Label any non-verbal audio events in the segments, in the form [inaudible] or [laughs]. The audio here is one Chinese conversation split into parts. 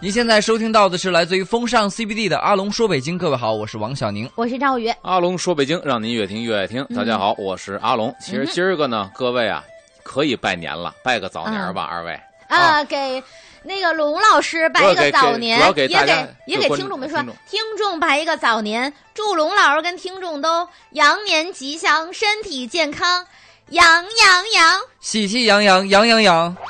您现在收听到的是来自于风尚 CBD 的阿龙说北京。各位好，我是王小宁。我是赵宇，啊阿龙说北京，让您越听越爱听。大家好，我是阿龙。其实今儿个呢，各位啊，可以拜年了，拜个早年儿吧，二位。啊，给那个龙老师拜一主要个给早年主要，给也大家给也就给观听众们听说众，听众拜一个早年，祝龙老师跟听众都羊年吉祥，身体健康，羊羊羊。喜气洋洋，洋洋洋。对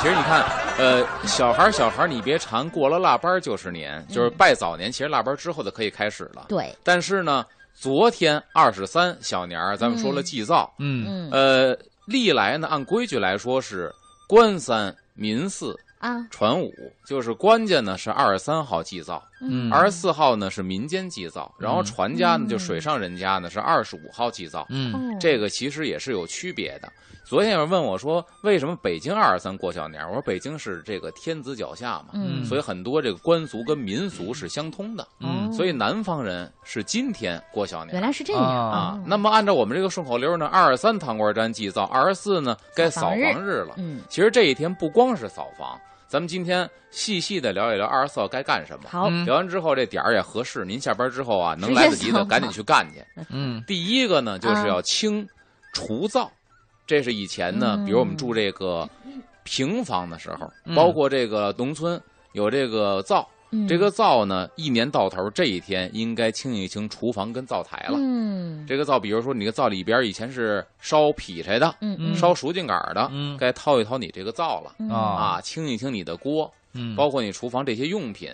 其实你看，呃，小孩儿小孩儿，你别馋，过了腊八儿就是年，就是拜早年。其实腊八儿之后就可以开始了。对，但是呢，昨天二十三小年儿，咱们说了祭灶，嗯，嗯呃，历来呢，按规矩来说是官三民四啊，传五，就是官家呢是二十三号祭灶，嗯二十四号呢是民间祭灶，然后嗯传家呢就嗯水上人家呢是二十五号祭灶。嗯，哦这个其实也是有区别的。昨天有人问我说，为什么北京二十三过小年儿？我说北京是这个天子脚下嘛，嗯所以很多这个官俗跟民俗是相通的，嗯哦所以南方人是今天过小年原儿。来是这样啊，那么按照我们这个顺口溜呢，二十三糖瓜粘祭灶，二十四呢该扫扫房日房日了。嗯，其实这一天不光是扫房，咱们今天细细的聊一聊二十四号该干什么。好，嗯聊完之后这点儿也合适，您下班之后啊，能直接来得及扫的房赶紧去干去。嗯第一个呢，就是啊要清除灶，这是以前呢，嗯比如我们住这个平房的时候，嗯包括这个农村有这个灶，嗯这个灶呢，一年到头这一天应该清一清厨房跟灶台了。嗯这个灶，比如说你这个灶里边以前是烧劈柴的、嗯嗯烧熟茎杆儿的，嗯该掏一掏你这个灶了嗯啊啊，清一清你的锅，嗯，包括你厨房这些用品。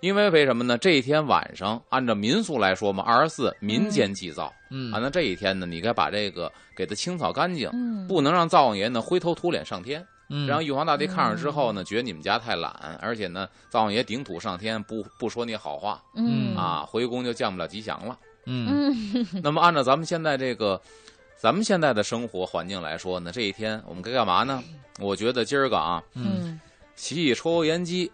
因为为什么呢？这一天晚上，按照民俗来说嘛，二十四民间祭灶，嗯啊，那这一天呢，你该把这个给它清扫干净，嗯不能让灶王爷呢灰头土脸上天。嗯，然后玉皇大帝看上之后呢，觉得你们家太懒，而且呢，灶王爷顶土上天，不不说你好话嗯啊，回宫就降不了吉祥了。嗯嗯那么按照咱们现在这个，咱们现在的生活环境来说呢，这一天我们该干嘛呢？我觉得今儿个啊，嗯洗洗抽烟机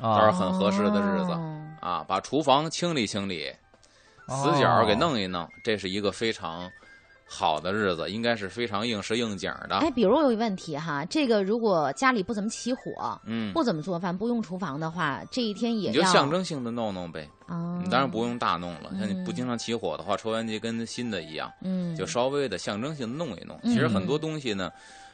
倒是啊，很合适的日子哦啊，把厨房清理清理，死角儿给哦。弄一弄，这是一个非常好的日子，应该是非常应时应景儿的。哎，比如我有一问题哈，这个如果家里不怎么起火，嗯，不怎么做饭，不用厨房的话，这一天也你要就象征性的弄弄呗，啊，你当然不用大弄了。像你不嗯经常起火的话，抽烟机跟新的一样，嗯，就稍微的象征性地弄一弄。嗯其实很多东西呢，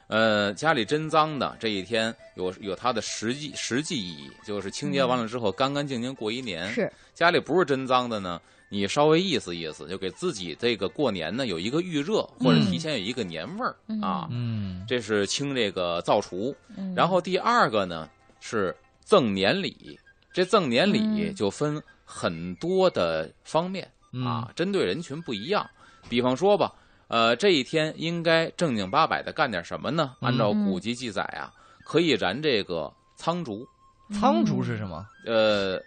呃，家里真脏的这一天有有它的实际实际意义，就是清洁完了之后干干净净过一年。嗯是家里不是真脏的呢，你稍微意思意思，就给自己这个过年呢有一个预热，或者嗯提前有一个年味儿啊。嗯这是清这个灶厨，嗯然后第二个呢是赠年礼。这赠年礼嗯就分很多的方面、嗯啊，针对人群不一样。比方说吧，呃，这一天应该正经八百的干点什么呢？嗯按照古籍记载啊，可以燃这个苍竹。苍竹是什么？呃，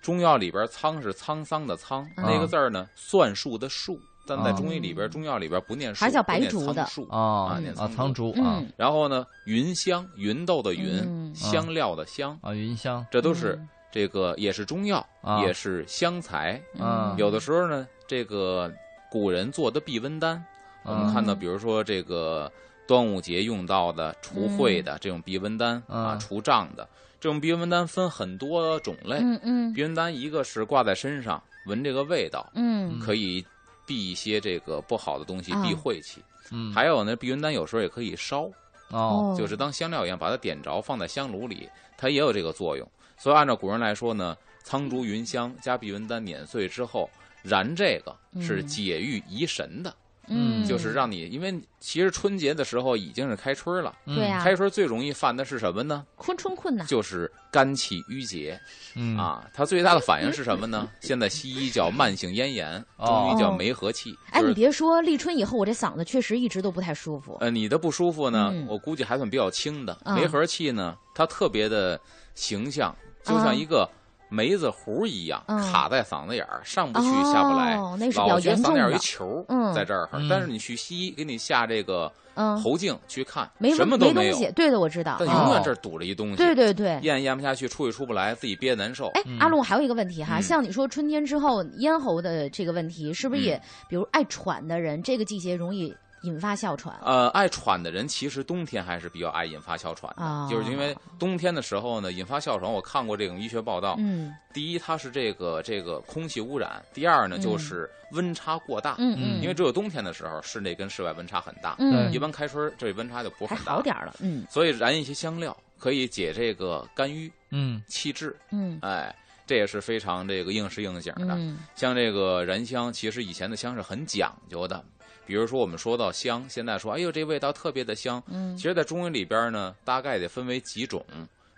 中药里边“苍”是沧桑的“苍”，啊那个字儿呢，算术的“术”，但在啊中医里边、中药里边不念哦数，还叫不念白术的苍术啊啊，念啊，苍苍竹。竹啊嗯然后呢，云香，芸豆的芸，嗯香料的香，啊，云香这都是嗯这个也是中药，啊也是香材。啊有的时候呢，这个古人做的避瘟丹，啊我们看到，嗯比如说这个端午节用到的除秽的这种避瘟丹啊嗯，除瘴的这种避瘟丹分很多种类。嗯嗯避瘟丹一个是挂在身上闻这个味道，嗯可以避一些这个不好的东西，啊避晦气。嗯，还有呢，避瘟丹有时候也可以烧。哦，嗯就是当香料一样，把它点着放在香炉里，它也有这个作用。所以按照古人来说呢，苍竹云香加避瘟丹碾碎之后燃这个是嗯解郁怡神的，嗯就是让你因为其实春节的时候已经是开春了，嗯对啊啊开春最容易犯的是什么呢？昆虫困难就是肝气郁结嗯啊。它最大的反应是什么呢？现在西医叫慢性咽炎，中医叫梅核气。哎，就你是别说，立春以后我这嗓子确实一直都不太舒服。呃，你的不舒服呢，嗯我估计还算比较轻的。啊梅核气呢，它特别的形象，就像一个梅子核一样，啊卡在嗓子眼儿，上不去哦下不来。那是比较老觉得严嗓重子眼儿有的一。球嗯在这儿，嗯但是你去西医给你下这个嗯，喉镜去看，没呃什么都没没东有，西。对的，我知道。啊但有永远这儿堵着一东西，对对对。咽咽不下去，出也出不来，自己憋得难受。哎，嗯阿龙，我还有一个问题哈，嗯像你说春嗯天之后咽喉的这个问题，是不是也，比如爱喘的人，这个季节容易引发哮喘？呃，爱喘的人其实冬天还是比较爱引发哮喘的，哦就是因为冬天的时候呢，引发哮喘，我看过这种医学报道。嗯第一，它是这个这个空气污染；第二呢，嗯就是温差过大，嗯嗯因为只有冬天的时候，室内跟室外温差很大。嗯一般开春儿这温差就不是还很大，好点儿了，嗯所以燃一些香料可以解这个肝郁嗯气滞，嗯哎，这也是非常这个应时应景的。嗯像这个燃香，其实以前的香是很讲究的。比如说，我们说到香，现在说，哎呦，这味道特别的香。嗯其实，在中医里边呢，大概得分为几种，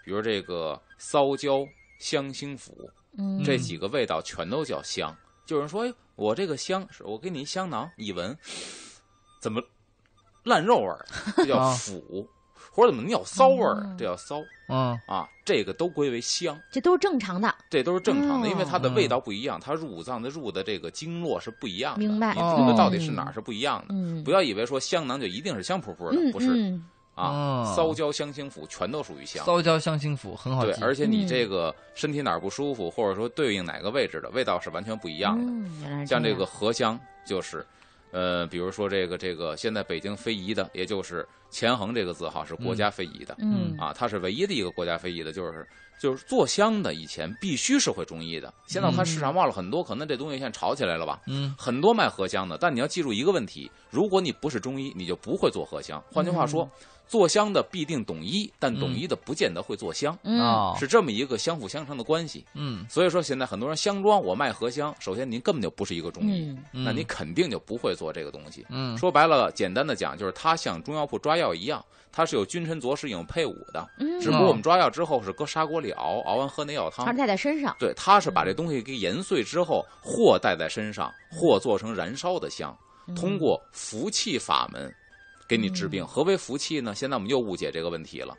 比如这个烧焦、香辛腐嗯，这几个味道全都叫香。就有人说，哎，我这个香是我给你一香囊，一闻，怎么烂肉味儿？这叫啊腐，或者怎么尿骚味儿嗯？这叫骚嗯啊，这个都归为香。这都是正常的，这都是正常的，因为它的哦味道不一样，它入五脏的入的这个经络是不一样的，明白你入的哦到底是哪儿是不一样的。嗯，不要以为说香囊就一定是香扑扑的，嗯不是嗯啊哦，烧焦、香辛腐全都属于香。烧焦香辛腐很好对，记，而且你嗯这个身体哪儿不舒服，或者说对应哪个位置的味道是完全不一样的。嗯原来是像这这样个荷香就是，呃，比如说这个这个现在北京非遗的，也就是钱衡这个字号是国家非遗的，嗯啊，它是唯一的一个国家非遗的，就是就是做香的以前必须是会中医的。现嗯在我看市场冒了很多，可能这东西现在炒起来了吧，嗯很多卖荷香的。但你要记住一个问题：如果你不是中医，你就不会做荷香。换句话嗯说，做香的必定懂医，但懂医的不见得会做香，嗯哦是这么一个相辅相成的关系。嗯所以说，现在很多人香妆我卖荷香，首先您根本就不是一个中医，嗯嗯那你肯定就不会做这个东西。嗯说白了，简单的讲，就是它像中药铺抓药一样，它是有君臣佐使有配伍的。嗯，只不过我们抓药之后是搁砂锅里熬，熬完喝那药还汤嗯是。带在身上，对，它是把这东西给研碎之后，或带在身上，或做成燃烧的香，嗯通过服气法门给你治病。何为服气呢？现在我们又误解这个问题了。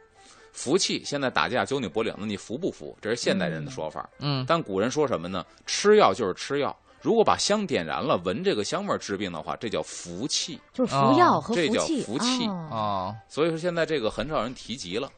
服气，现在打架揪你脖领子，你服不服？这是现代人的说法。嗯但古人说什么呢？吃药就是吃药。如果把香点燃了，闻这个香味儿治病的话，这叫服气。就是服药哦和这服叫气，服气哦哦所以说现在这个很少人提及了。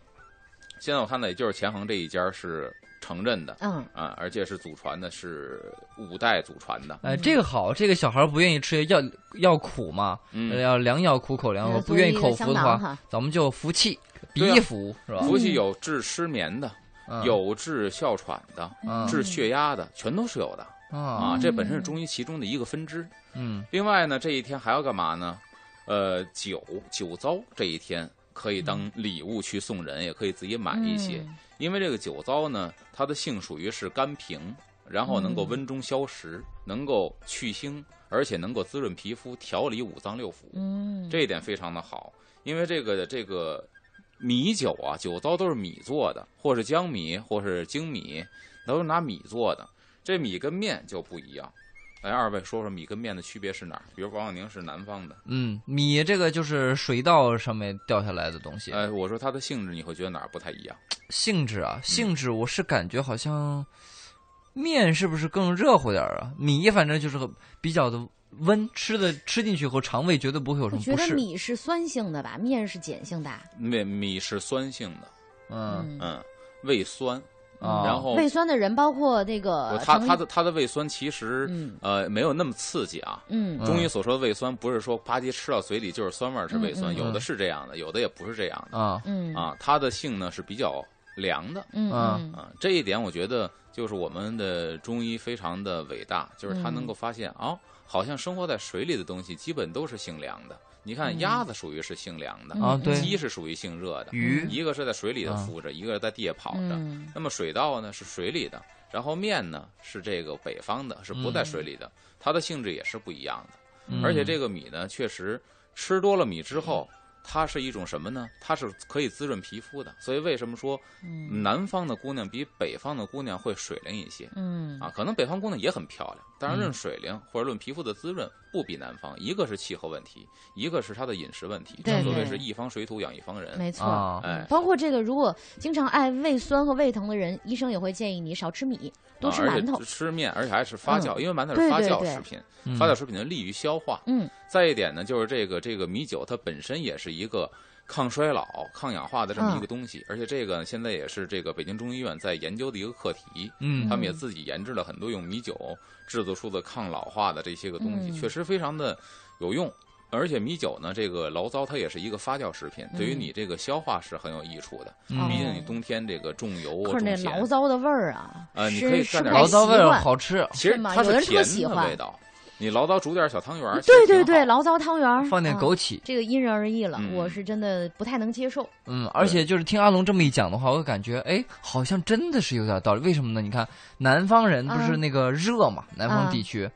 现在我看到，也就是钱衡这一家是承认的嗯啊，而且是祖传的，是五代祖传的。哎，这个好，这个小孩不愿意吃药药苦嘛，呃嗯，要良药苦口良药呃苦，不作为愿意一个口香服的囊话，哈咱们就服气，鼻对啊一服是吧？服气有治失眠的，嗯有治哮喘的，嗯治血压的，全都是有的啊啊。这本身是中医其中的一个分支。嗯另外呢，这一天还要干嘛呢？呃，酒酒糟这一天可以当礼物去送人，也可以自己买一些。嗯因为这个酒糟呢，它的性属于是甘平，然后能够嗯温中消食，能够去腥，而且能够滋润皮肤，调理五脏六腑，嗯，这一点非常的好。因为这个这个米酒啊，酒糟都是米做的，或是江米，或是精米，都是拿米做的。这米跟面就不一样。来，二位说说米跟面的区别是哪儿？比如王小宁是南方的，嗯，米这个就是水稻上面掉下来的东西，哎，嗯我说它的性质，你会觉得哪儿不太一样？性质啊，性质我是感觉好像面是不是更热乎点儿啊？米反正就是很比较的温，吃的吃进去以后肠胃绝对不会有什我么觉不得适。米是酸性的吧，面是碱性的啊，面米是酸性的，嗯嗯，哦胃酸，啊，然后胃酸的人包括那个不它成它的它的胃酸其实、嗯呃没有那么刺激啊。嗯中医所说的胃酸，不是说啪叽吃到嘴里就是酸味儿是胃嗯酸，嗯有的是这样的，有的也不是这样的啊嗯啊。它的性呢是比较凉的嗯嗯啊，这一点我觉得就是我们的中医非常的伟大，就是他嗯能够发现啊、哦，好像生活在水里的东西基本都是性凉的。你看鸭子属于是性凉的，啊嗯对鸡是属于性热的，鱼一个是在水里的啊浮着，一个是在地下跑着。嗯那么水稻呢是水里的，然后面呢是这个北方的，是不嗯在水里的，它的性质也是不一样的。嗯而且这个米呢，确实吃多了米之后，它是一种什么呢？它是可以滋润皮肤的。所以为什么说南方的姑娘比北方的姑娘会水灵一些？嗯啊，可能北方姑娘也很漂亮，但是论嗯水灵或者论皮肤的滋润，不比南方。一个是气候问题，一个是她的饮食问题。对正所谓对是一方水土养一方人。没错。啊哎，包括这个，如果经常爱胃酸和胃疼的人，医生也会建议你少吃米，多吃啊馒头嗯而且。吃面，而且还是发酵，因为馒头对是发对酵对食品，嗯发酵食品呢利于消化。嗯再一点呢，就是这个这个米酒它本身也是一个抗衰老、抗氧化的这么嗯一个东西，而且这个现在也是这个北京中医院在研究的一个课题。嗯他们也自己研制了很多用米酒制作出的抗老化的这些个东西，嗯确实非常的有用。而且米酒呢，这个醪糟它也是一个发酵食品，对于嗯你这个消化是很有益处的。哦嗯毕竟你冬天这个重油啊、可是那重醪咸，糟的味儿啊，呃你吃可以吃蘸不点太醪糟味习儿惯好吃，其实是吗它有的人是特甜喜的欢味道。你醪糟煮点小汤圆对儿，其实对挺对，好醪糟汤圆儿，放点啊枸杞，这个因人而异了，嗯我是真的不太能接受。嗯，而且就是听阿龙这么一讲的话，我感觉哎，好像真的是有点道理。为什么呢？你看南方人不是嗯那个热嘛，南方嗯地区，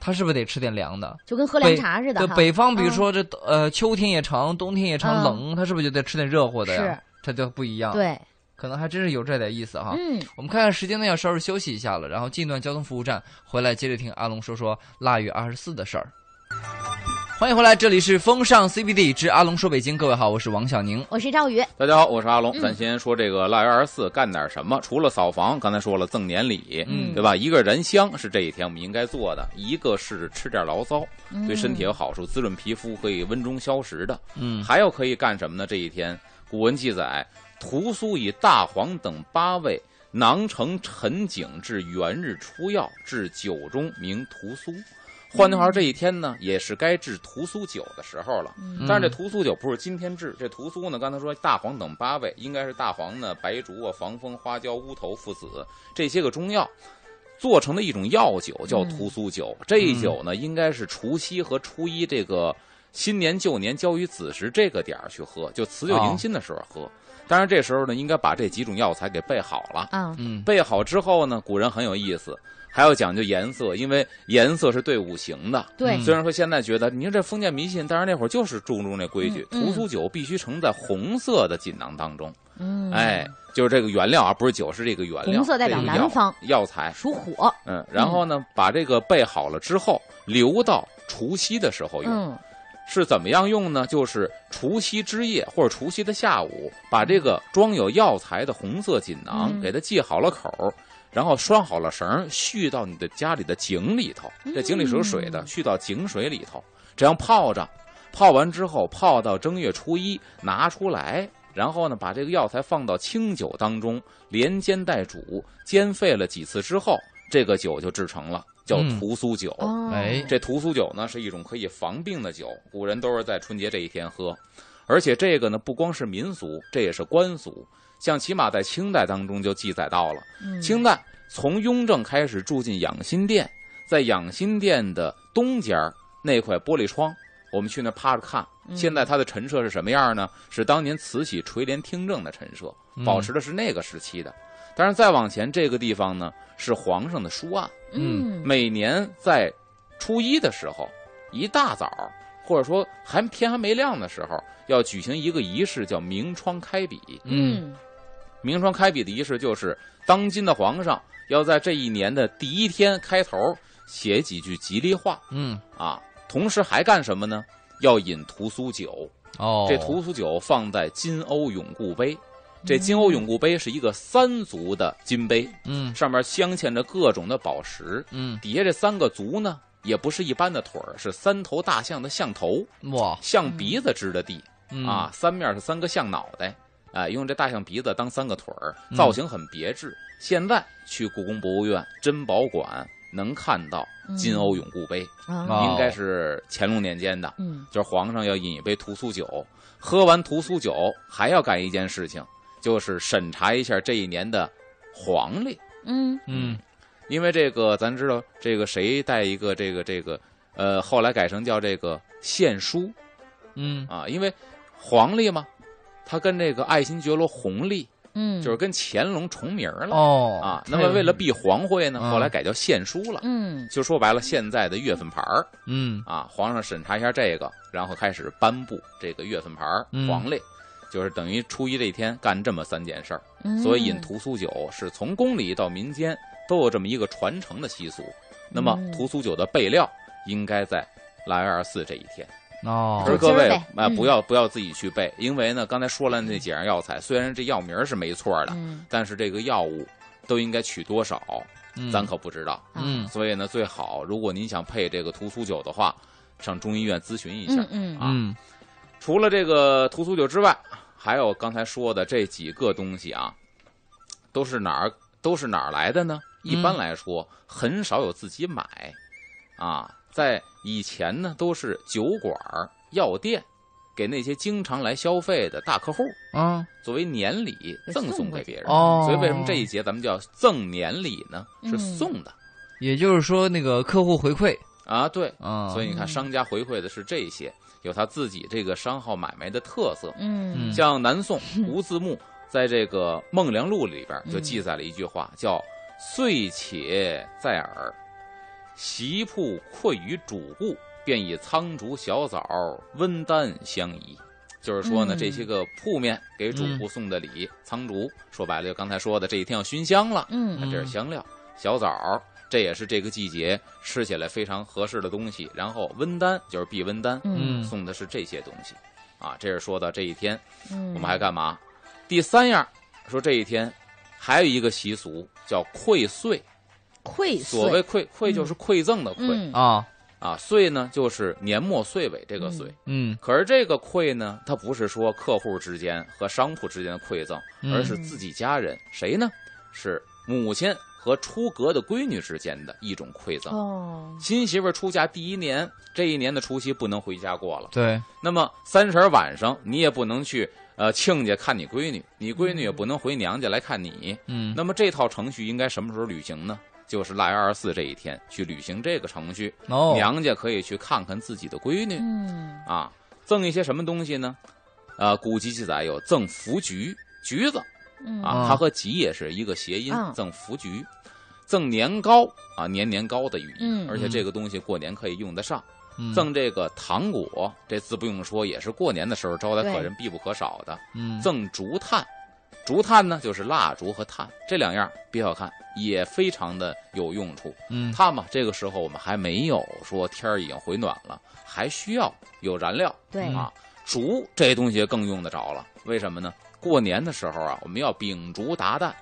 他是不是得吃点凉的？就跟喝凉茶似的对，哈。北方比如嗯说这呃秋天也长，冬天也长，嗯冷，他是不是就得吃点热乎的呀？啊是这就不一样。，对，可能还真是有这点意思哈。嗯，我们看看时间呢，要稍微休息一下了，然后进一段交通服务站，回来接着听阿龙说说腊月二十四的事儿。欢迎回来，这里是风尚 CBD 之阿龙说北京，各位好，我是王小宁。我是赵宇，大家好，我是阿龙。嗯咱先说这个腊月二十四干点什么？除了扫房，刚才说了赠年礼，嗯对吧？一个燃香是这一天我们应该做的，一个是吃点醪糟，嗯对身体有好处，滋润皮肤，可以温中消食的。嗯还有可以干什么呢？这一天，古文记载，屠苏以大黄等八位，囊成陈景至元日出药，至酒中名屠苏。换句话说，这一天呢，也是该制屠苏酒的时候了。嗯嗯但是这屠苏酒不是今天制，这屠苏呢，刚才说大黄等八味，应该是大黄呢、白术啊、防风、花椒、乌头、附子这些个中药做成的一种药酒，叫屠苏酒。这一酒呢，应该是除夕和初一这个新年旧年交于子时这个点儿去喝，就辞旧哦迎新的时候喝。当然，这时候呢，应该把这几种药材给备好了。啊，嗯备好之后呢，古人很有意思，还要讲究颜色，因为颜色是对五行的。对嗯，虽然说现在觉得你说这封建迷信，但是那会儿就是注重这规矩，嗯嗯屠苏酒必须盛在红色的锦囊当中。嗯，哎，，就是这个原料啊，不是酒，是这个原料。红色代表这个南药方药材，属火，嗯，然后呢，把这个备好了之后，留到除夕的时候用。嗯，是怎么样用呢？就是除夕之夜或者除夕的下午，把这个装有药材的红色锦囊嗯给它系好了口儿，然后拴好了绳儿，蓄到你的家里的井里头。这井里是有水的，嗯蓄到井水里头，这样泡着。泡完之后，泡到正月初一拿出来，然后呢，把这个药材放到清酒当中，连煎带煮，煎沸了几次之后，这个酒就制成了，叫嗯屠苏酒。哦，哎这屠苏酒呢是一种可以防病的酒，古人都是在春节这一天喝，而且这个呢不光是民俗，这也是官俗。像起码在清代当中就记载到了，嗯清代从雍正开始住进养心殿，在养心殿的东间儿那块玻璃窗，我们去那儿趴着看。嗯现在它的陈设是什么样呢？是当年慈禧垂帘听政的陈设，嗯保持的是那个时期的。但是再往前，这个地方呢是皇上的书案，嗯，每年在初一的时候，一大早，或者说还天还没亮的时候，要举行一个仪式，叫明窗开笔。嗯嗯，明窗开笔的仪式就是当今的皇上要在这一年的第一天开头写几句吉利话嗯啊，同时还干什么呢？要饮屠苏酒，哦，这屠苏酒放在金瓯永固杯。这金瓯永固杯是一个三足的金杯，嗯上面镶嵌着各种的宝石。嗯底下这三个足呢，也不是一般的腿儿，是三头大象的象头，哇象鼻子支的地、嗯啊，三面是三个象脑袋，哎、用这大象鼻子当三个腿儿，嗯造型很别致。现在去故宫博物院珍宝馆能看到金瓯永固杯，嗯哦嗯啊，应该是乾隆年间的，嗯，就是皇上要饮一杯屠苏酒，喝完屠苏酒还要干一件事情，就是审查一下这一年的黄历。嗯，嗯因为这个咱知道，这个谁带一个这个这个，呃，后来改成叫这个献书嗯啊，因为黄历嘛，它跟这个爱新觉罗红历嗯，就是，跟乾隆重名儿了、哦啊。那么为了避黄讳呢，嗯后来改叫献书了。嗯，就说白了，现在的月份牌儿嗯啊，皇上审查一下这个，然后开始颁布这个月份牌儿嗯黄历，就是等于初一这一天干这么三件事儿。嗯所以饮，屠苏酒是从宫里到民间都有这么一个传承的习俗。那么嗯屠苏酒的备料应该在腊月二十四这一天，哦而就各今儿位呗啊、呃嗯不要不要自己去备，因为呢刚才说了那几样药材，虽然这药名儿是没错儿的，嗯，但是这个药物都应该取多少，咱可不知道。啊嗯所以呢，最好如果您想配这个屠苏酒的话，上中医院咨询一下。嗯嗯啊嗯除了这个屠苏酒之外，还有刚才说的这几个东西啊，都是哪儿都是哪儿来的呢？一般来说，很少有自己买，啊，在以前呢都是酒馆儿药店给那些经常来消费的大客户啊，作为年礼给赠送送过给去别人。哦，所以为什么这一节咱们叫赠年礼呢？是嗯送的也就是说那个客户回馈啊，对。啊，所以你嗯看，商家回馈的是这些，有他自己这个商号买卖的特色。嗯嗯像 [laughs] 南宋吴自牧在这个《梦良录》里边就嗯记载了一句话，叫“岁且在耳，席铺困于主顾，便以苍竹小枣温丹相宜”。就是说呢，嗯这些个铺面给主顾送的礼，苍竹说白了就刚才说的，这一天要熏香了，嗯那这是香料；小枣这也是这个季节吃起来非常合适的东西。然后温丹就是避温丹，嗯嗯送的是这些东西，啊，这是说到这一天。嗯，我们还干嘛？第三样，说这一天还有一个习俗叫馈岁。愧碎所谓馈馈就是馈赠的馈、嗯啊，啊，岁呢就是年末岁尾这个岁。嗯可是这个馈呢，它不是说客户之间和商铺之间的馈赠，嗯而是自己家人谁呢？是母亲和出阁的闺女之间的一种馈赠。哦，新媳妇儿出嫁第一年，这一年的除夕不能回家过了。对，那么三十儿晚上你也不能去呃亲家看你闺女，你闺嗯女也不能回娘家来看你。嗯那么这套程序应该什么时候履行呢？就是腊月二十四这一天去履行这个程序。哦，娘家可以去看看自己的闺女嗯啊，赠一些什么东西呢？呃，古籍记载有赠福菊，橘子嗯啊，嗯它和吉也是一个谐音嗯，赠福菊，赠年糕啊，年年糕的寓意嗯，而且这个东西过年可以用得上。嗯赠这个糖果，这自不用说，也是过年的时候招待客人必不可少的。嗯赠竹炭，竹炭呢就是蜡烛和炭这两样别小看，也非常的有用处。嗯它嘛，这个时候我们还没有说天儿已经回暖了，还需要有燃料对啊。竹这东西更用得着了，为什么呢？过年的时候啊，我们要秉烛达旦，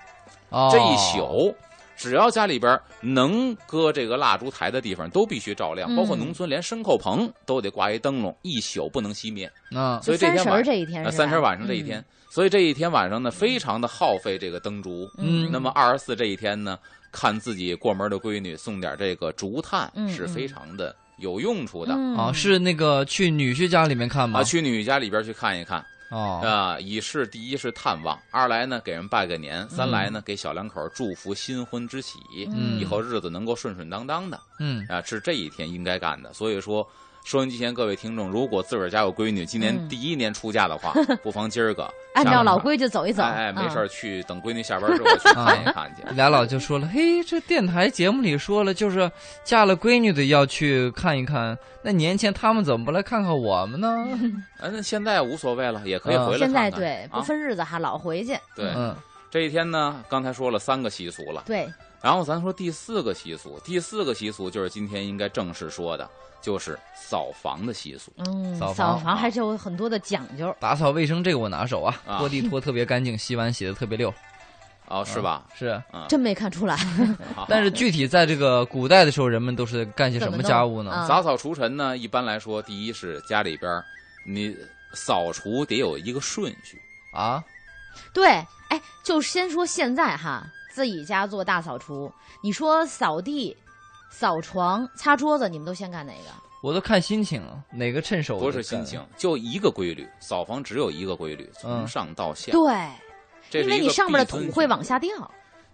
哦这一宿，只要家里边能搁这个蜡烛台的地方，都必须照亮，嗯包括农村连牲口棚都得挂一灯笼，一宿不能熄灭。那所以这三天十晚儿这一天呃是吧三十晚上嗯这一天，，所以这一天晚上呢，非常的耗费这个灯烛。嗯那么二十四这一天呢，看自己过门的闺女送点这个竹炭嗯是非常的有用处的。嗯啊是那个去女婿家里面看吗？啊，去女家里边去看一看哦，啊，以示第一是探望，二来呢给人拜个年，三来呢给小两口祝福新婚之喜。嗯以后日子能够顺顺当当的嗯啊，是这一天应该干的。所以说，收音机前各位听众，如果自个儿家有闺女，今年嗯第一年出嫁的 [laughs] 话，不妨今儿个按下照班老吧规矩走一走，哎哎，没事啊儿去等闺女下班之后去看一看去。俩老就说了，嘿，这电台节目里说了，就是嫁了闺女的要去看一看，那年前他们怎么不来看看我 [laughs] 们呢？哎，那现在无所谓了，也可以嗯回来现看在看。对不啊，分日子哈，老回去，对。嗯这一天呢，刚才说了三个习俗了，对，然后咱说第四个习俗，第四个习俗就是今天应该正式说的，就是扫房的习俗。嗯，扫扫房房还是有很多的讲究，打扫卫生这个我拿手啊，啊拖地拖特别干净，洗碗洗的特别溜，哦，是吧？是。嗯，真没看出来，好但是具体在这个古代的时候，人们都是干些什么家务呢？啊杂草除尘呢，一般来说，第一是家里边儿你扫除得有一个顺序。啊，对，哎，就先说现在哈，自己家做大扫除，你说扫地、扫床、擦桌子，你们都先干哪个？我都看心情了，哪个趁手哦我不就是心干情，就一个规律，扫房只有一个规律，从嗯上到下。对，这因是为一你个上面的必遵土会循往下掉，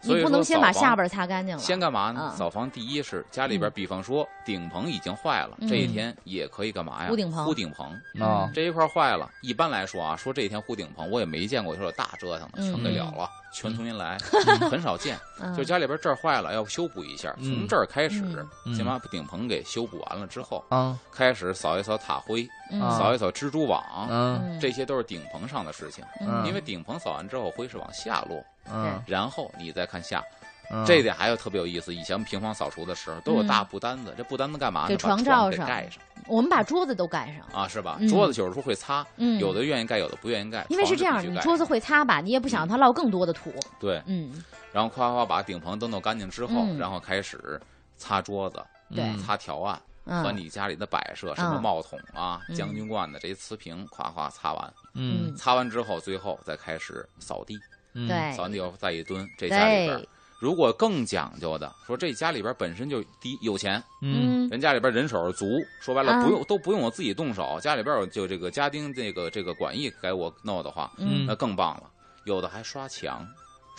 你所以不说能先把扫下房边儿擦干净了。先干嘛呢？嗯扫房第一是家里边，比方说顶棚已经坏了，嗯这一天也可以干嘛呀？糊顶棚糊顶棚啊嗯这一块坏了，一般来说啊，说这一天糊顶棚，我也没见过说有大折腾的，嗯全给了了，全重新 [laughs] 来，很少见。嗯就家里边这儿坏了，要修补一下，嗯从这儿开始嗯，先把顶棚给修补完了之后，啊开始扫一扫塔灰，嗯啊扫一扫蜘蛛网，嗯这些都是顶棚上的事情。嗯因为顶棚扫完之后，灰是往下落，嗯然后你再看下嗯，这点还有特别有意思，以前我们平房扫除的时候都有大布单子，这布单子干嘛呢？给把床床罩给上盖上我们把桌子都盖上，啊，是吧嗯？桌子有时候会擦，嗯，有的愿意盖，有的不愿意盖。因为是床这样，必须你盖嗯桌子会擦吧，你也不想让它落更多的土，对，嗯，然后夸夸把顶棚都弄干净之后，嗯然后开始擦桌子、对嗯擦条案和嗯，你家里的摆设，什么嗯帽筒啊嗯、将军罐的这些瓷瓶，夸夸擦完，嗯嗯擦完之后，最后再开始扫地，嗯对扫完地后再一蹲，这家里哎边对儿如果更讲究的，说这家里边本身就第一有钱，嗯人家里边人手足，说白啊了不用都不用我自己动手，家里边有就这个家丁这个这个管艺给我弄的话，嗯那更棒了。有的还刷墙，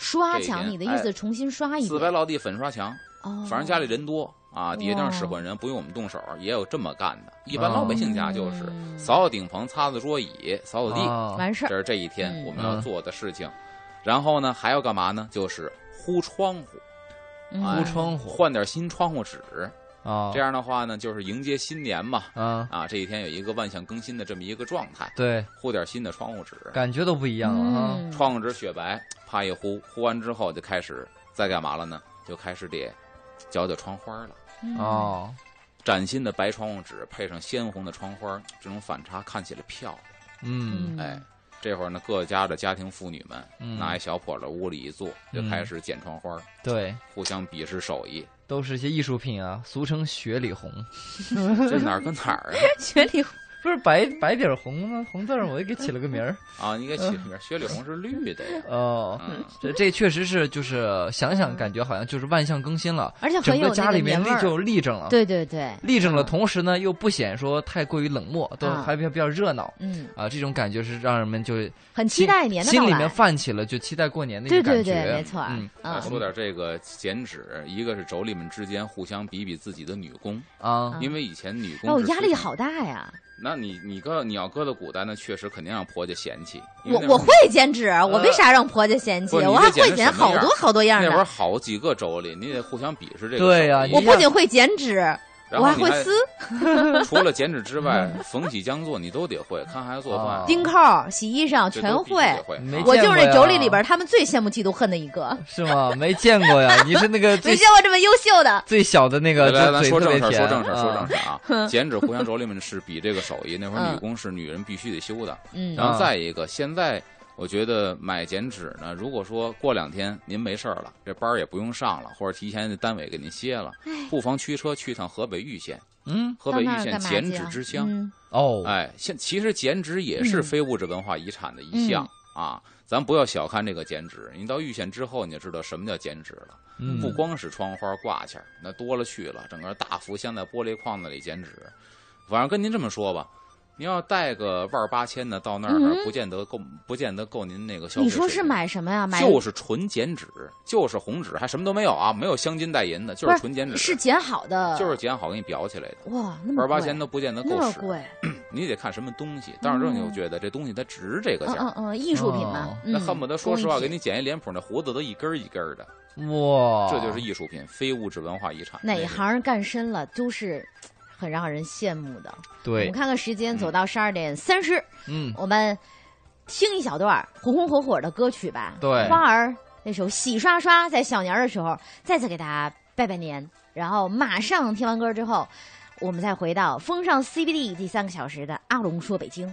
刷这一墙，点你的意思哎重新刷一四白遍？落地粉刷墙，哦，反正家里人多啊，底下这哇样使唤人，不用我们动手，也有这么干的。一般老哦百姓家啊就是嗯扫扫顶棚、擦擦桌椅、扫扫地，哦完事儿这是这一天嗯我们要做的事情。然后呢，还要干嘛呢？就是糊窗户，嗯糊窗户换点新窗户纸。啊，哎这样的话呢，就是迎接新年嘛。啊，啊，这一天有一个万象更新的这么一个状态，对，糊点新的窗户纸，感觉都不一样了啊。嗯窗户纸雪白，啪一糊，糊完之后就开始再干嘛了呢？就开始得搅搅窗花了。嗯哦，崭新的白窗户纸配上鲜红的窗花，这种反差看起来漂亮。嗯嗯哎，这会儿呢，各家的家庭妇女们嗯，拿一小破的屋里一坐，就嗯开始剪窗花，对，互相比试 [laughs] 手艺。都是一些艺术品啊，俗称雪里红，这哪儿跟哪儿雪里不是白白底儿红吗？红字儿，我也给起了个名儿。啊？啊， [laughs] 你给起名儿，雪里红是绿的呀。哦，嗯，这这确实是，就是想想感觉好像就是万象更新了，而且很整有个那家个里面立年味儿就啊立正了，对对对，立嗯正了，同时呢又不显说太过于冷漠，都啊还比较比较热闹。嗯，啊，这种感觉是让人们就很期心待年的心到里来。面泛起了就期待过年的一对个感对觉。对，没错儿。嗯来嗯啊说点这个剪纸，一个是妯娌们之间互相比比自己的女工，嗯啊，因为以前女工哦，是压属力于，好大呀！那你你搁你要搁到古代，那确实肯定让婆家嫌弃。因我为那我会儿会剪纸，我为啥让婆家嫌弃？不是你我这还剪会是剪什么好样多好多样那会儿的。好几个妯娌，你得互相比试这个手艺。对呀我你不仅会剪纸，然我后还你会撕嗯除了剪纸之外，缝起浆做你都得会，看孩子做哦饭，啊钉扣儿、洗衣裳，这全都必须会。得会。没见啊啊我就是过妯呀娌里边儿他们最羡慕嫉妒恨的一个，是吗？没见过 [laughs] 呀，你是那个没最见过这么优秀的。最小的那个，来来，就咱嘴说特正别事甜儿，说正事儿，说啊正 [laughs] 事儿啊！剪纸互相妯娌们是比这个手艺，那会儿嗯女工是女人必须得修的。嗯然后再一个，现在我觉得买剪纸呢，如果说过两天您没事儿了，这班儿也不用上了，或者提前单位给您歇了，不妨驱车去趟河北玉县，嗯河北到那玉儿县干嘛剪去纸啊之乡。嗯哦，哎，现其实剪纸也是非物质文化遗产的嗯一项、啊。咱不要小看这个剪纸，你到玉县之后，你就知道什么叫剪纸了。嗯不光是窗花挂件儿，那多了去了，整个大幅镶在玻璃框子里剪纸。反正跟您这么说吧，您要带个万儿八千的到那儿，嗯不见得够，不见得够您那个消费。你说是？买什么呀？买就是纯剪纸，就是红纸，还什么都没有啊，没有镶金带银的，就不是是纯剪纸，是剪好的，就是剪好给你裱起来的。哇，那么万儿八贵千都不见得那够么使，贵，你得看什么东西。当然，哦就觉得这东西它值这个嗯价嗯儿。嗯，艺术品嘛哦，嗯那恨不得说实话，工艺给品你剪一脸谱，那胡子都一根儿一根儿的，哇，这就是艺术品，非物质文化遗产。哪一行干深了都是很让人羡慕的。我对们，看看时间，嗯走到十二点三十，嗯，我们听一小段儿红红火火的歌曲吧。对花儿那首《洗刷刷》在小年儿的时候再次给大家拜拜年，然后马上听完歌之后，我们再回到风尚 CBD 第三个小时的阿龙说北京。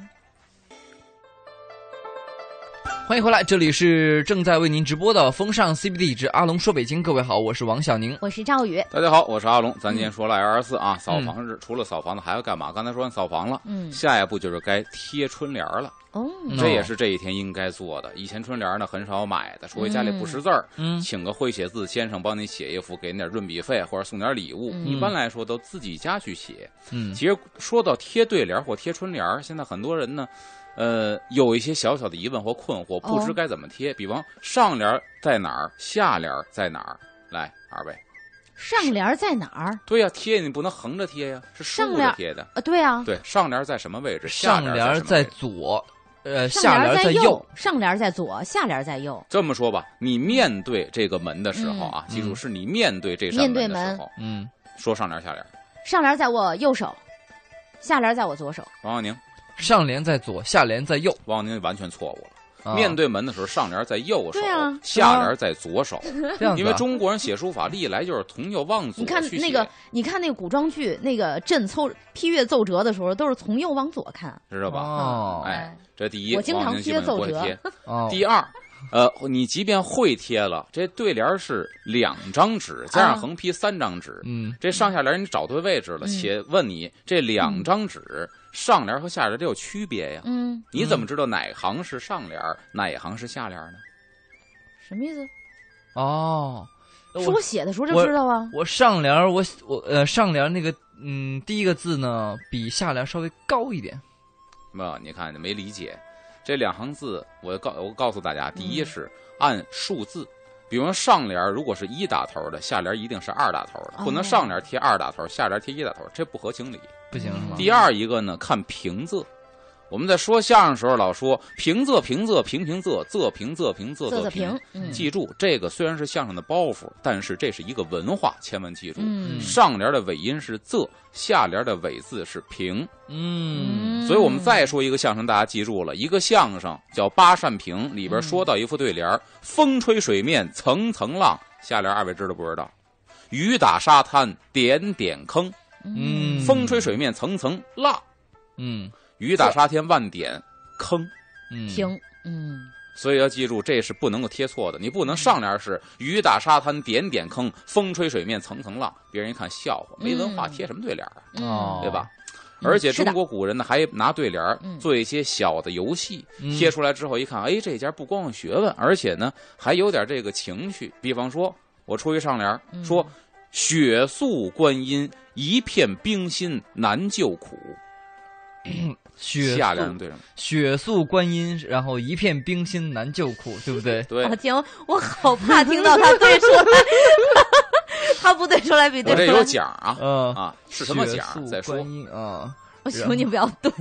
欢迎回来，这里是正在为您直播的风尚 CBD 之阿龙说北京，各位好，我是王小宁。我是赵宇，大家好，我是阿龙。咱嗯今天说了二十四啊，扫房是除了扫房子还要干嘛？刚才说完扫房了，嗯下一步就是该贴春联儿了。哦，嗯这也是这一天应该做的。以前春联儿呢很少买的，除非家里不识字儿，嗯请个会写字先生帮你写一幅，给你点润笔费或者送点礼物。嗯一般来说都自己家去写。嗯其实说到贴对联儿或贴春联儿，现在很多人呢，呃，有一些小小的疑问或困惑，不哦知该怎么贴。比方上联儿在哪儿，下联儿在哪儿？来，二位。上联儿在哪儿？对呀、贴你不能横着贴呀、是上竖联着儿贴的。啊，对啊，对，上联儿在什么位置？下上联联儿儿在什么在位置左，呃，上下联联儿儿在在右，，上联儿在左，下联儿在右。这么说吧，你面对这个门的时候啊，嗯记住是你面对这扇面对的门时候，嗯，说上联儿下联儿。上联在我右手，下联在我左手。王小宁，上联在左，下联在右。王小宁完全错误了。啊面对门的时候，上联儿在右手对啊，下联儿在左手，这样子啊，因为中国人写书法历来就是从右往左你看去写那个，，你看那个古装剧，那个朕凑批阅奏折的时候，都是从右往左看。知道吧？哦哎，这第一，我经常王小宁基贴本不会奏折贴。哦， [laughs] 哎第二，呃，你即便会贴了，这对联儿是两张纸加啊上横批三张纸，嗯这上下联儿你找对位置嗯了，且问你这两张纸上联儿和下联儿得有区别呀？嗯，你怎么知道哪行是上联儿，哪行是下联儿呢？什么意思？哦，是我写的时候就我知道啊。我上联儿我我呃上联儿那个嗯第一个字呢比下联儿稍微高一点，那啊你看没理解，这两行字，我告我告诉大家，第一嗯是按数字，比方上联儿如果是一打头的，下联儿一定是二打头的，不能哦上联儿贴二打头，下联儿贴一打头，这不合情理。不行是吗？嗯第二一个呢，看平仄。我们在说相声的时候老说平仄平仄平平仄仄平仄平仄仄仄仄平平。，嗯记住，这个虽然是相声的包袱，但是这是一个文化，千万记住。嗯上联的尾音是仄，下联的尾字是平，嗯所以我们再说一个相声，大家记住了，一个相声叫《八扇屏》，里嗯边说到一副对联儿：风吹水面层层浪，下联二位知道不知道？雨打沙滩点点坑，嗯风吹水面层层浪，嗯雨打沙滩万点坑。嗯停，嗯所以要记住，这是不能够贴错的。你不能上联是“雨打沙滩点点坑，风吹水面层层浪”，别人一看笑话，没文化嗯贴什么对联儿啊，哦对吧？嗯而且是中的国古人呢，还拿对联儿嗯做一些小的游戏，嗯贴出来之后一看，哎，这家不光有学问，而且呢还有点这个情绪。比方说，我出一上联儿嗯说“雪宿观音，一片冰心难救苦”，雪下宿联儿对上，雪宿观音，然后一片冰心难救苦，对不对？对我，听，哦我好怕听到他对出来， [laughs] 他不对出来比我对这出有来。奖啊嗯啊，是什么雪奖宿再说观。音啊，我求你不要对，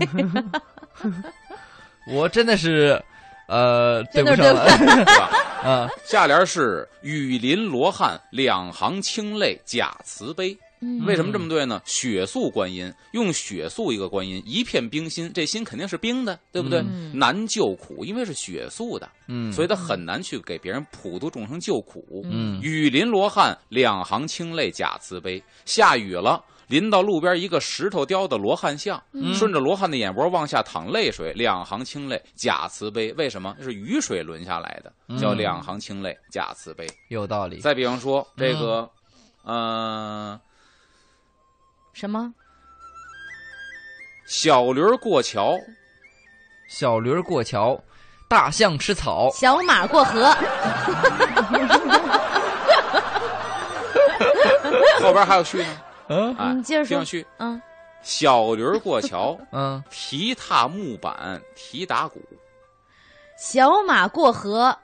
我真的是，呃，对真的不是上对不了对吧？啊。下联是“雨淋罗汉，两行清泪假慈悲”。嗯嗯为什么这么对呢？雪宿观音，用雪宿一个观音，一片冰心，这心肯定是冰的，对不对？嗯难救苦，因为是雪宿的， [laughs] 嗯，所以以他很难去给别人普度众生救苦。嗯雨淋罗汉，两行清泪假慈悲。下雨了，淋到路边一个石头雕的罗汉像，嗯顺着罗汉的眼窝往下淌泪水，两行清泪假慈悲。为什么？这是雨水轮下来的，叫嗯两行清泪假慈悲。有道理。再比方说这个，嗯呃，什么？小驴儿 [laughs] 过桥，小驴儿过桥，大象吃草，小马过河，后边还有续 [laughs] 呢。嗯哎，你接着听说上。去，嗯，小驴儿过桥，嗯，蹄踏木板，蹄打 [laughs] 鼓。小马过河，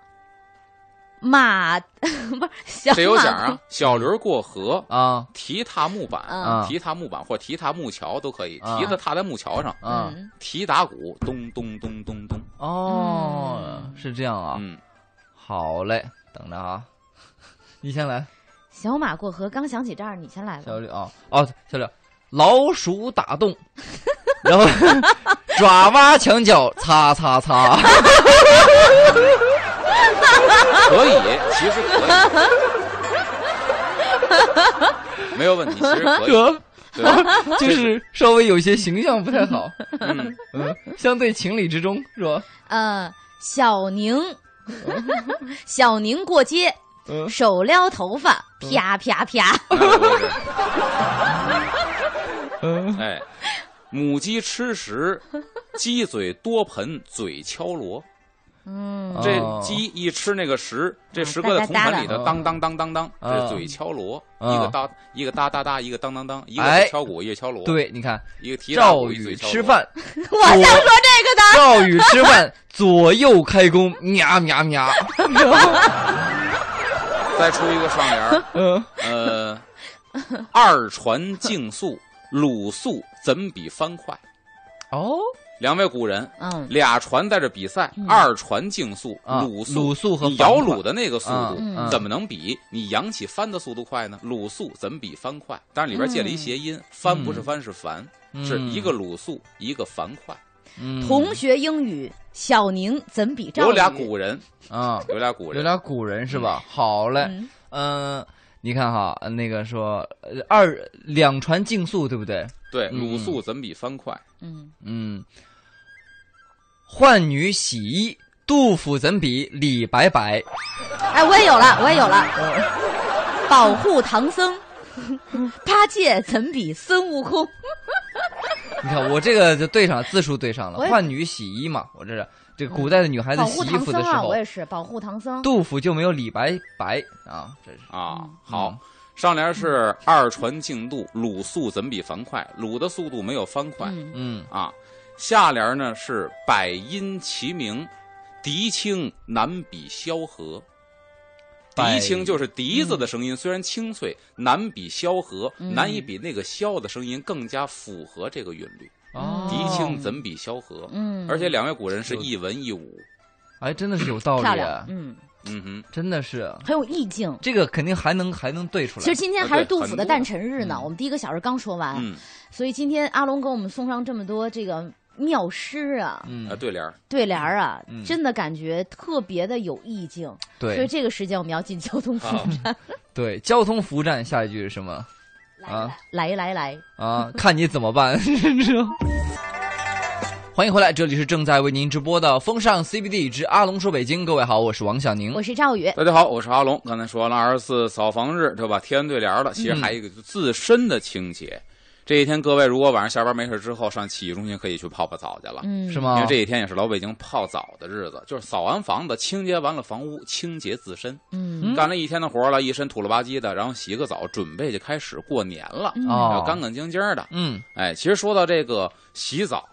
马 [laughs] 不是小这有马奖啊！小驴儿过河，啊蹄踏木板，嗯蹄踏木板或蹄踏木桥都可以，啊蹄子踏在木桥上，过河。啊嗯，蹄打鼓，咚咚咚咚咚。哦，是这样啊。嗯，好嘞，等着啊，你先来，小马过河，刚想起这儿，你先来吧小。驴啊，哦，小驴，老鼠打 [laughs] 洞，然后 [laughs] 爪哇墙角擦擦擦，可以，其实可 [laughs] 以，没有问题，其实可 [laughs] 以，这对吧？就是稍微有些形象不太好，嗯，嗯，相对情理之中是吧？嗯，小宁，小宁过街，嗯，手撩头发，啪啪啪。哎我是嗯哎，母鸡吃食，鸡嘴多盆，嘴敲锣。嗯，哦这鸡一吃那个食，这食搁在铜盆里嗯头，哒哒哒当当当当当，嗯这嘴敲锣，嗯一个哒一个哒哒哒，一个当当当，一哎个敲鼓，一个敲锣，，对，你看一个提打赵鼓，一个宇嘴敲吃锣。饭， [laughs] 我想说这个的。赵宇吃饭左右开弓，喵喵 [laughs] 喵，再出一个上联儿， [laughs] 嗯，呃，二传竞速，鲁速怎比翻快？哦，两位古人，嗯俩船在这比赛，嗯二船竞速，啊鲁鲁速和你帆摇快橹的那个速度嗯嗯怎么能比你扬起帆的速度快呢？鲁速怎么比帆快？当然里边借了一谐嗯音，帆不是帆是帆，是一个鲁速，一个帆快。嗯，同学英语，小宁怎比赵？有俩古人， [laughs] 啊，有俩古有人，点古人是吧？好嘞，嗯嗯，你看哈，那个说呃二两船竞速，对不对？对，嗯鲁速怎么比帆快？嗯，嗯，浣女洗衣，杜甫怎比李白白？ [laughs] 哎，我也 [laughs] 有了，我也有了。嗯保护唐僧， [laughs] 八戒怎比孙悟空？你看我这个就对上了字数对上了，我也浣女洗衣嘛，我这是这个古代的女孩子保洗护衣唐服僧的时啊，候我，也是保护唐僧。杜甫就没有李白白啊，这是啊嗯。好，上联是二传竞渡，鲁速怎比樊快？鲁的速度没有帆快嗯，嗯啊。下联呢是百音齐鸣，敌清难比萧何。百敌清就是笛子的声音，虽然清脆，难比萧何，嗯难以比那个萧的声音更加符合这个韵律。哦，狄青怎比萧何？嗯，而且两位古人是一文一武。哎，真的是有道漂理，亮，嗯，嗯哼，真的是很有意境。这个肯定还能还能对出来其实。今天还是呃对杜甫的很多诞辰日呢，嗯我们第一个小时刚说完，嗯所以今天阿龙给我们送上这么多这个妙诗啊、嗯啊，，对联儿对联儿啊，嗯真的感觉特别的有意境。所以对这个时间我们要进交通服务啊，对，交通服务站下一句是什么啊？来来来，啊，看你怎么办， [laughs] 是吗欢迎回来，这里是正在为您直播的风尚 CBD 之阿龙说北京。各位好，我是王小宁我。是赵宇，大家好，我是阿龙。刚才说完了二十四扫房日，对吧？贴完对联儿了，其实还有一个就是自身的清洁。这一天，各位如果晚上下班没事之后，上洗浴中心可以去泡泡澡去了。嗯，是？因吗为？这一天也是老北京泡澡的日子，就是扫完房子，清洁完了房屋，清洁自身，嗯嗯干了一天的活儿了，一身土了吧唧的，然后洗个澡，准备就开始过年了，嗯哦要干干净净的。嗯哎，其实说到这个洗澡，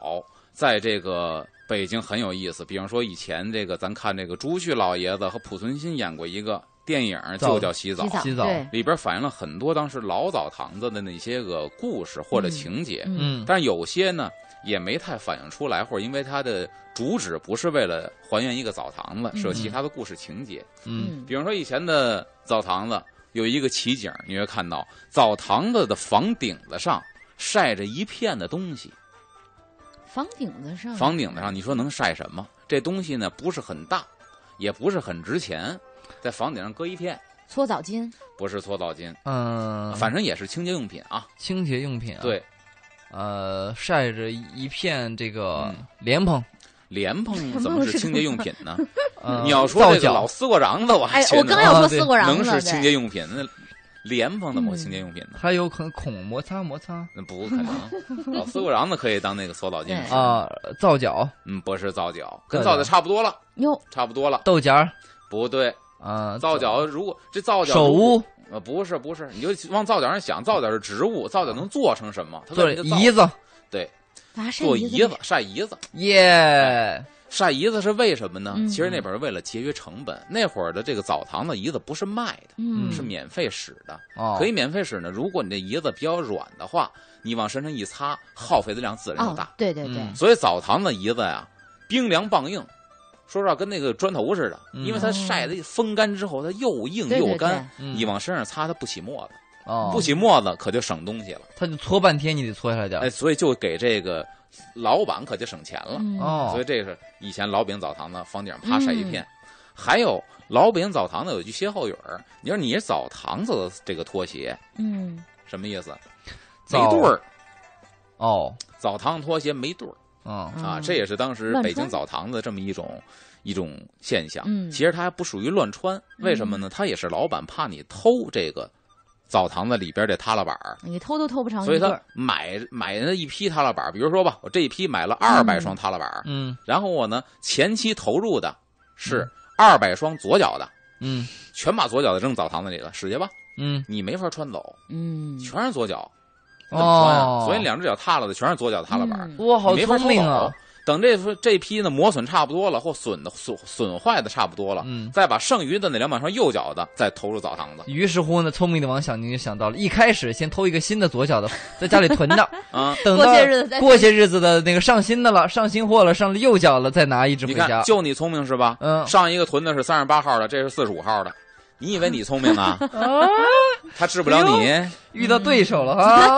在这个北京很有意思。比方说以前这个咱看这个朱旭老爷子和濮存昕演过一个电影，澡就叫《洗澡》，嗯洗澡对，里边反映了很多当时老澡堂子的那些个故事或者情节。嗯嗯，但是有些呢也没太反映出来，或者因为它的主旨不是为了还原一个澡堂子，是有其他的故事情节。嗯，比方说以前的澡堂子有一个奇景，你会看到澡堂子的房顶子上晒着一片的东西，房顶子上，房顶子上你说能晒什么？这东西呢不是很大，也不是很值钱，在房顶上搁一片，搓澡巾，不是搓澡巾，嗯，反正也是清洁用品啊。清洁用嗯品啊，对，呃，晒着一片这个嗯莲蓬，莲蓬怎么是清洁用品呢？ [laughs] 呃你要说皂这个老角，丝瓜瓤子，我嗯还哎，觉我得刚要要啊说对四果瓤能子，是清洁对用品？那莲蓬怎么嗯是清洁用品呢？它有可能孔摩擦摩擦那不可 [laughs] 能，老丝瓜瓤子可以当那个搓澡巾对使。啊，皂角、嗯，不是皂角，跟对皂的角差不多了，哟，差不多了。豆荚儿不对，啊，皂角如果这皂角手如污呃不是不是，你就往皂角上想，皂角是植物，皂角能做成什么？它做为了一个椅皂子，对，啊，晒做椅椅子晒椅子，耶，晒椅子是为什么呢？嗯其实那本是为了节约成本。那会儿的这个澡堂子椅子不是卖的，嗯，是免费使的。哦，可以免费使呢。如果你这椅子比较软的话，你往身上一擦，耗费的量自然就哦大。，对对对嗯，所以澡堂子椅子呀，冰凉棒硬，说实话跟那个砖头似的，嗯因为它晒的风干之后，它又硬对对又干，嗯你往身上擦它不起沫子，哦，不起沫子可就省东西了。它就搓半天，你得搓下来点哎，儿所以就给这个老板可就省钱了。嗯，哦，所以这是以前老北京澡堂子房顶上啪晒一片。还有老北京澡堂子有一句歇后语儿，你说你这澡堂子的这个拖鞋嗯，什么意思？没澡对儿，哦，澡堂拖鞋没对儿嗯啊，嗯这也是当时乱北京穿澡堂子这么一种一种现象。嗯其实它还不属于乱穿，为什么呢？它也是老板怕你偷这个澡堂子里边这塌拉板儿，你偷都偷不着所以一对他儿，买买人家一批塌拉板儿。比如说吧，我这一批买了二百双塌拉板儿，嗯然后我呢前期投入的嗯是二百双左脚的，嗯全把左脚的扔澡堂子里了，使去吧，嗯，你没法穿走，嗯，全是左脚，怎么穿啊？哦，所以两只脚踏了的全是左脚塌拉板儿。嗯哇，好没法聪明啊偷走！等这这批呢磨损差不多了，或损的损损坏的差不多了，嗯再把剩余的那两百双右脚的再投入澡堂子于是乎呢，聪明的王小宁就想到了，一开始先偷一个新的左脚的，在家里囤 [laughs] 着，啊！等过到些日子再过些日子的那个上新的了，上新货了，上了右脚了，再拿一只你回看家，。就你聪明是吧？嗯上一个囤的是三十八号的，这是四十五号的，你以为你聪明 [laughs] 啊？哦他治不了你，遇到对手了啊！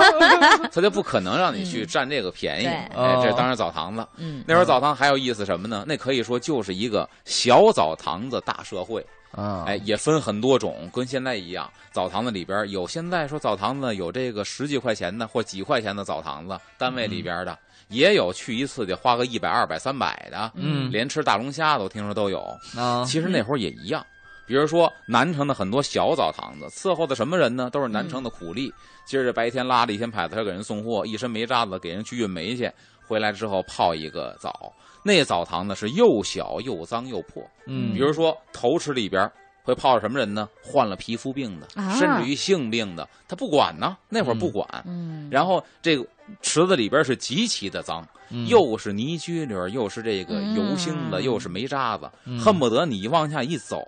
他就不可能让你去占这个便宜。嗯对哎，这哦当然澡堂子。嗯，那会儿澡堂还有意思什么呢？那可以说就是一个小澡堂子大社会。 [laughs] 啊，哎，，也分很多种，跟现在一样，澡堂子里边儿有现在说澡堂子有这个十几块钱的或几块钱的澡堂子，单位嗯里边儿的、也有去一次得花个一百、二百、三百的，嗯连吃大龙虾的我听说都有。啊，其实那会儿也一样，比如说南城的很多小澡堂子，伺候的什么人呢？都是南城的苦力，今儿这白天拉着一天牌子，还给人送货，一身煤渣子给人去运煤去。回来之后泡一个澡，那澡堂呢是又小又脏又破。嗯，比如说头池里边会泡什么人呢？患了皮肤病的，啊甚至于性病的，他不管呢，那会儿不管。嗯，然后这个池子里边是极其的脏，嗯又是泥居里儿，又是这个油性的，嗯又是煤渣子，嗯恨不得你一往下一走，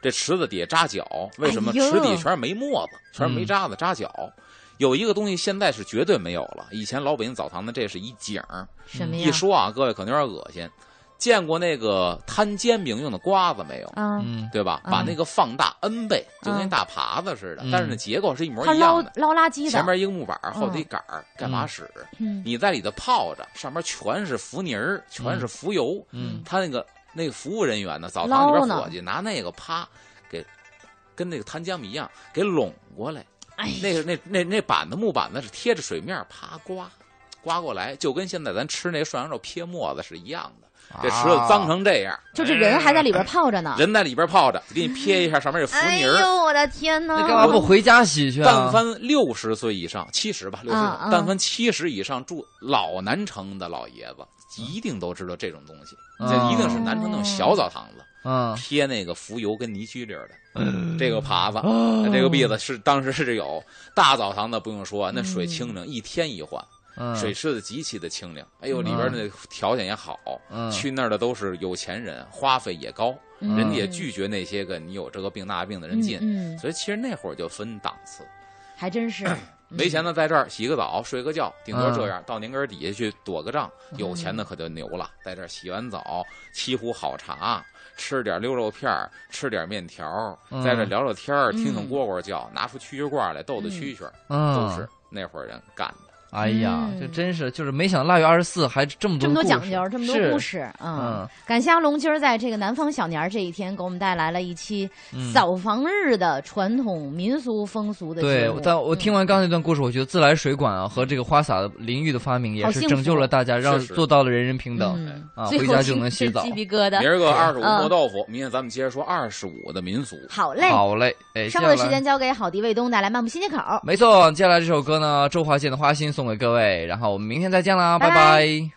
这池子底下扎脚。为什么？哎呦池底下全是煤沫子，全是煤渣嗯子扎脚。有一个东西现在是绝对没有了，以前老北京澡堂子这是一景儿。什哎么呀？一说啊，各位可能有点恶心。见过那个摊煎饼用的瓜子没有？啊，嗯对吧？嗯把那个放大 n 倍，就跟嗯那大耙子似的嗯，但是呢结构是一模他一捞样的。捞垃圾的，前面一个木板儿，后头嗯一杆儿，干嘛使？嗯你在里头泡着，上面全是浮泥儿，全是浮油。嗯他那个那个服务人员呢，澡堂里捞边呢伙计拿那个啪给，跟那个摊煎饼一样给拢过来。哎呀，那个那那那板子木板子是贴着水面儿啪刮，刮过来，就跟现在咱吃那涮羊肉撇沫子是一样的。这啊池啊子脏成这样，就这人还在里边泡着呢。哎人在里边泡着，给你撇一下，上面是浮哎泥儿。呦，我的天哪！那干嘛不回家洗去啊？但凡六十岁以上，七十吧，六十、嗯嗯但凡七十以上住老南城的老爷子，一定都知道这种东西，嗯这一定是南城那种小澡堂子，嗯，贴那个浮油跟泥居里儿的，这个耙子。哦这个篦子是当时是有大澡堂子，不用说，那水清灵，一天一换，嗯水池子极其的清灵。哎呦，里边那条件也好，嗯去那儿的都是有钱人，花费也高，嗯人家也拒绝那些个你有这个病那病的人进。嗯，嗯所以其实那会儿就分档次，还真是嗯没钱的在这儿洗个澡、睡个觉，顶多嗯这样，到年根儿底下去躲个账；有钱的可就牛了，在这儿洗完澡，沏壶好茶，吃点溜肉片儿，吃点面条儿，嗯在这聊聊天儿，听听嗯蝈蝈叫，拿出蛐蛐罐来逗逗蛐蛐儿，嗯都是那会儿人干的。哎呀，嗯这真是就是没想到腊月二十四还这么这多么多故讲事究，这么多是故事，嗯嗯，感谢阿龙今儿在这个南方小年儿这一天，给我们带来了一期嗯扫房日的传统民俗风俗的节对目。，嗯但我听完刚才那段故事，我觉得自来水管啊和这个花洒淋浴的发明也好是幸拯救福了大家，让是是做到了人人平等。嗯啊最回后家就鸡能洗是澡鸡皮疙明瘩。儿个二十五嗯磨豆腐，明天咱们接着说二十五的民俗。好嘞，好嘞，哎，上接午的下时来间交给郝迪卫东带来漫步新街口。没错，接下来这首歌呢，周华健的《花心》送给各位，然后我们明天再见啦，拜拜拜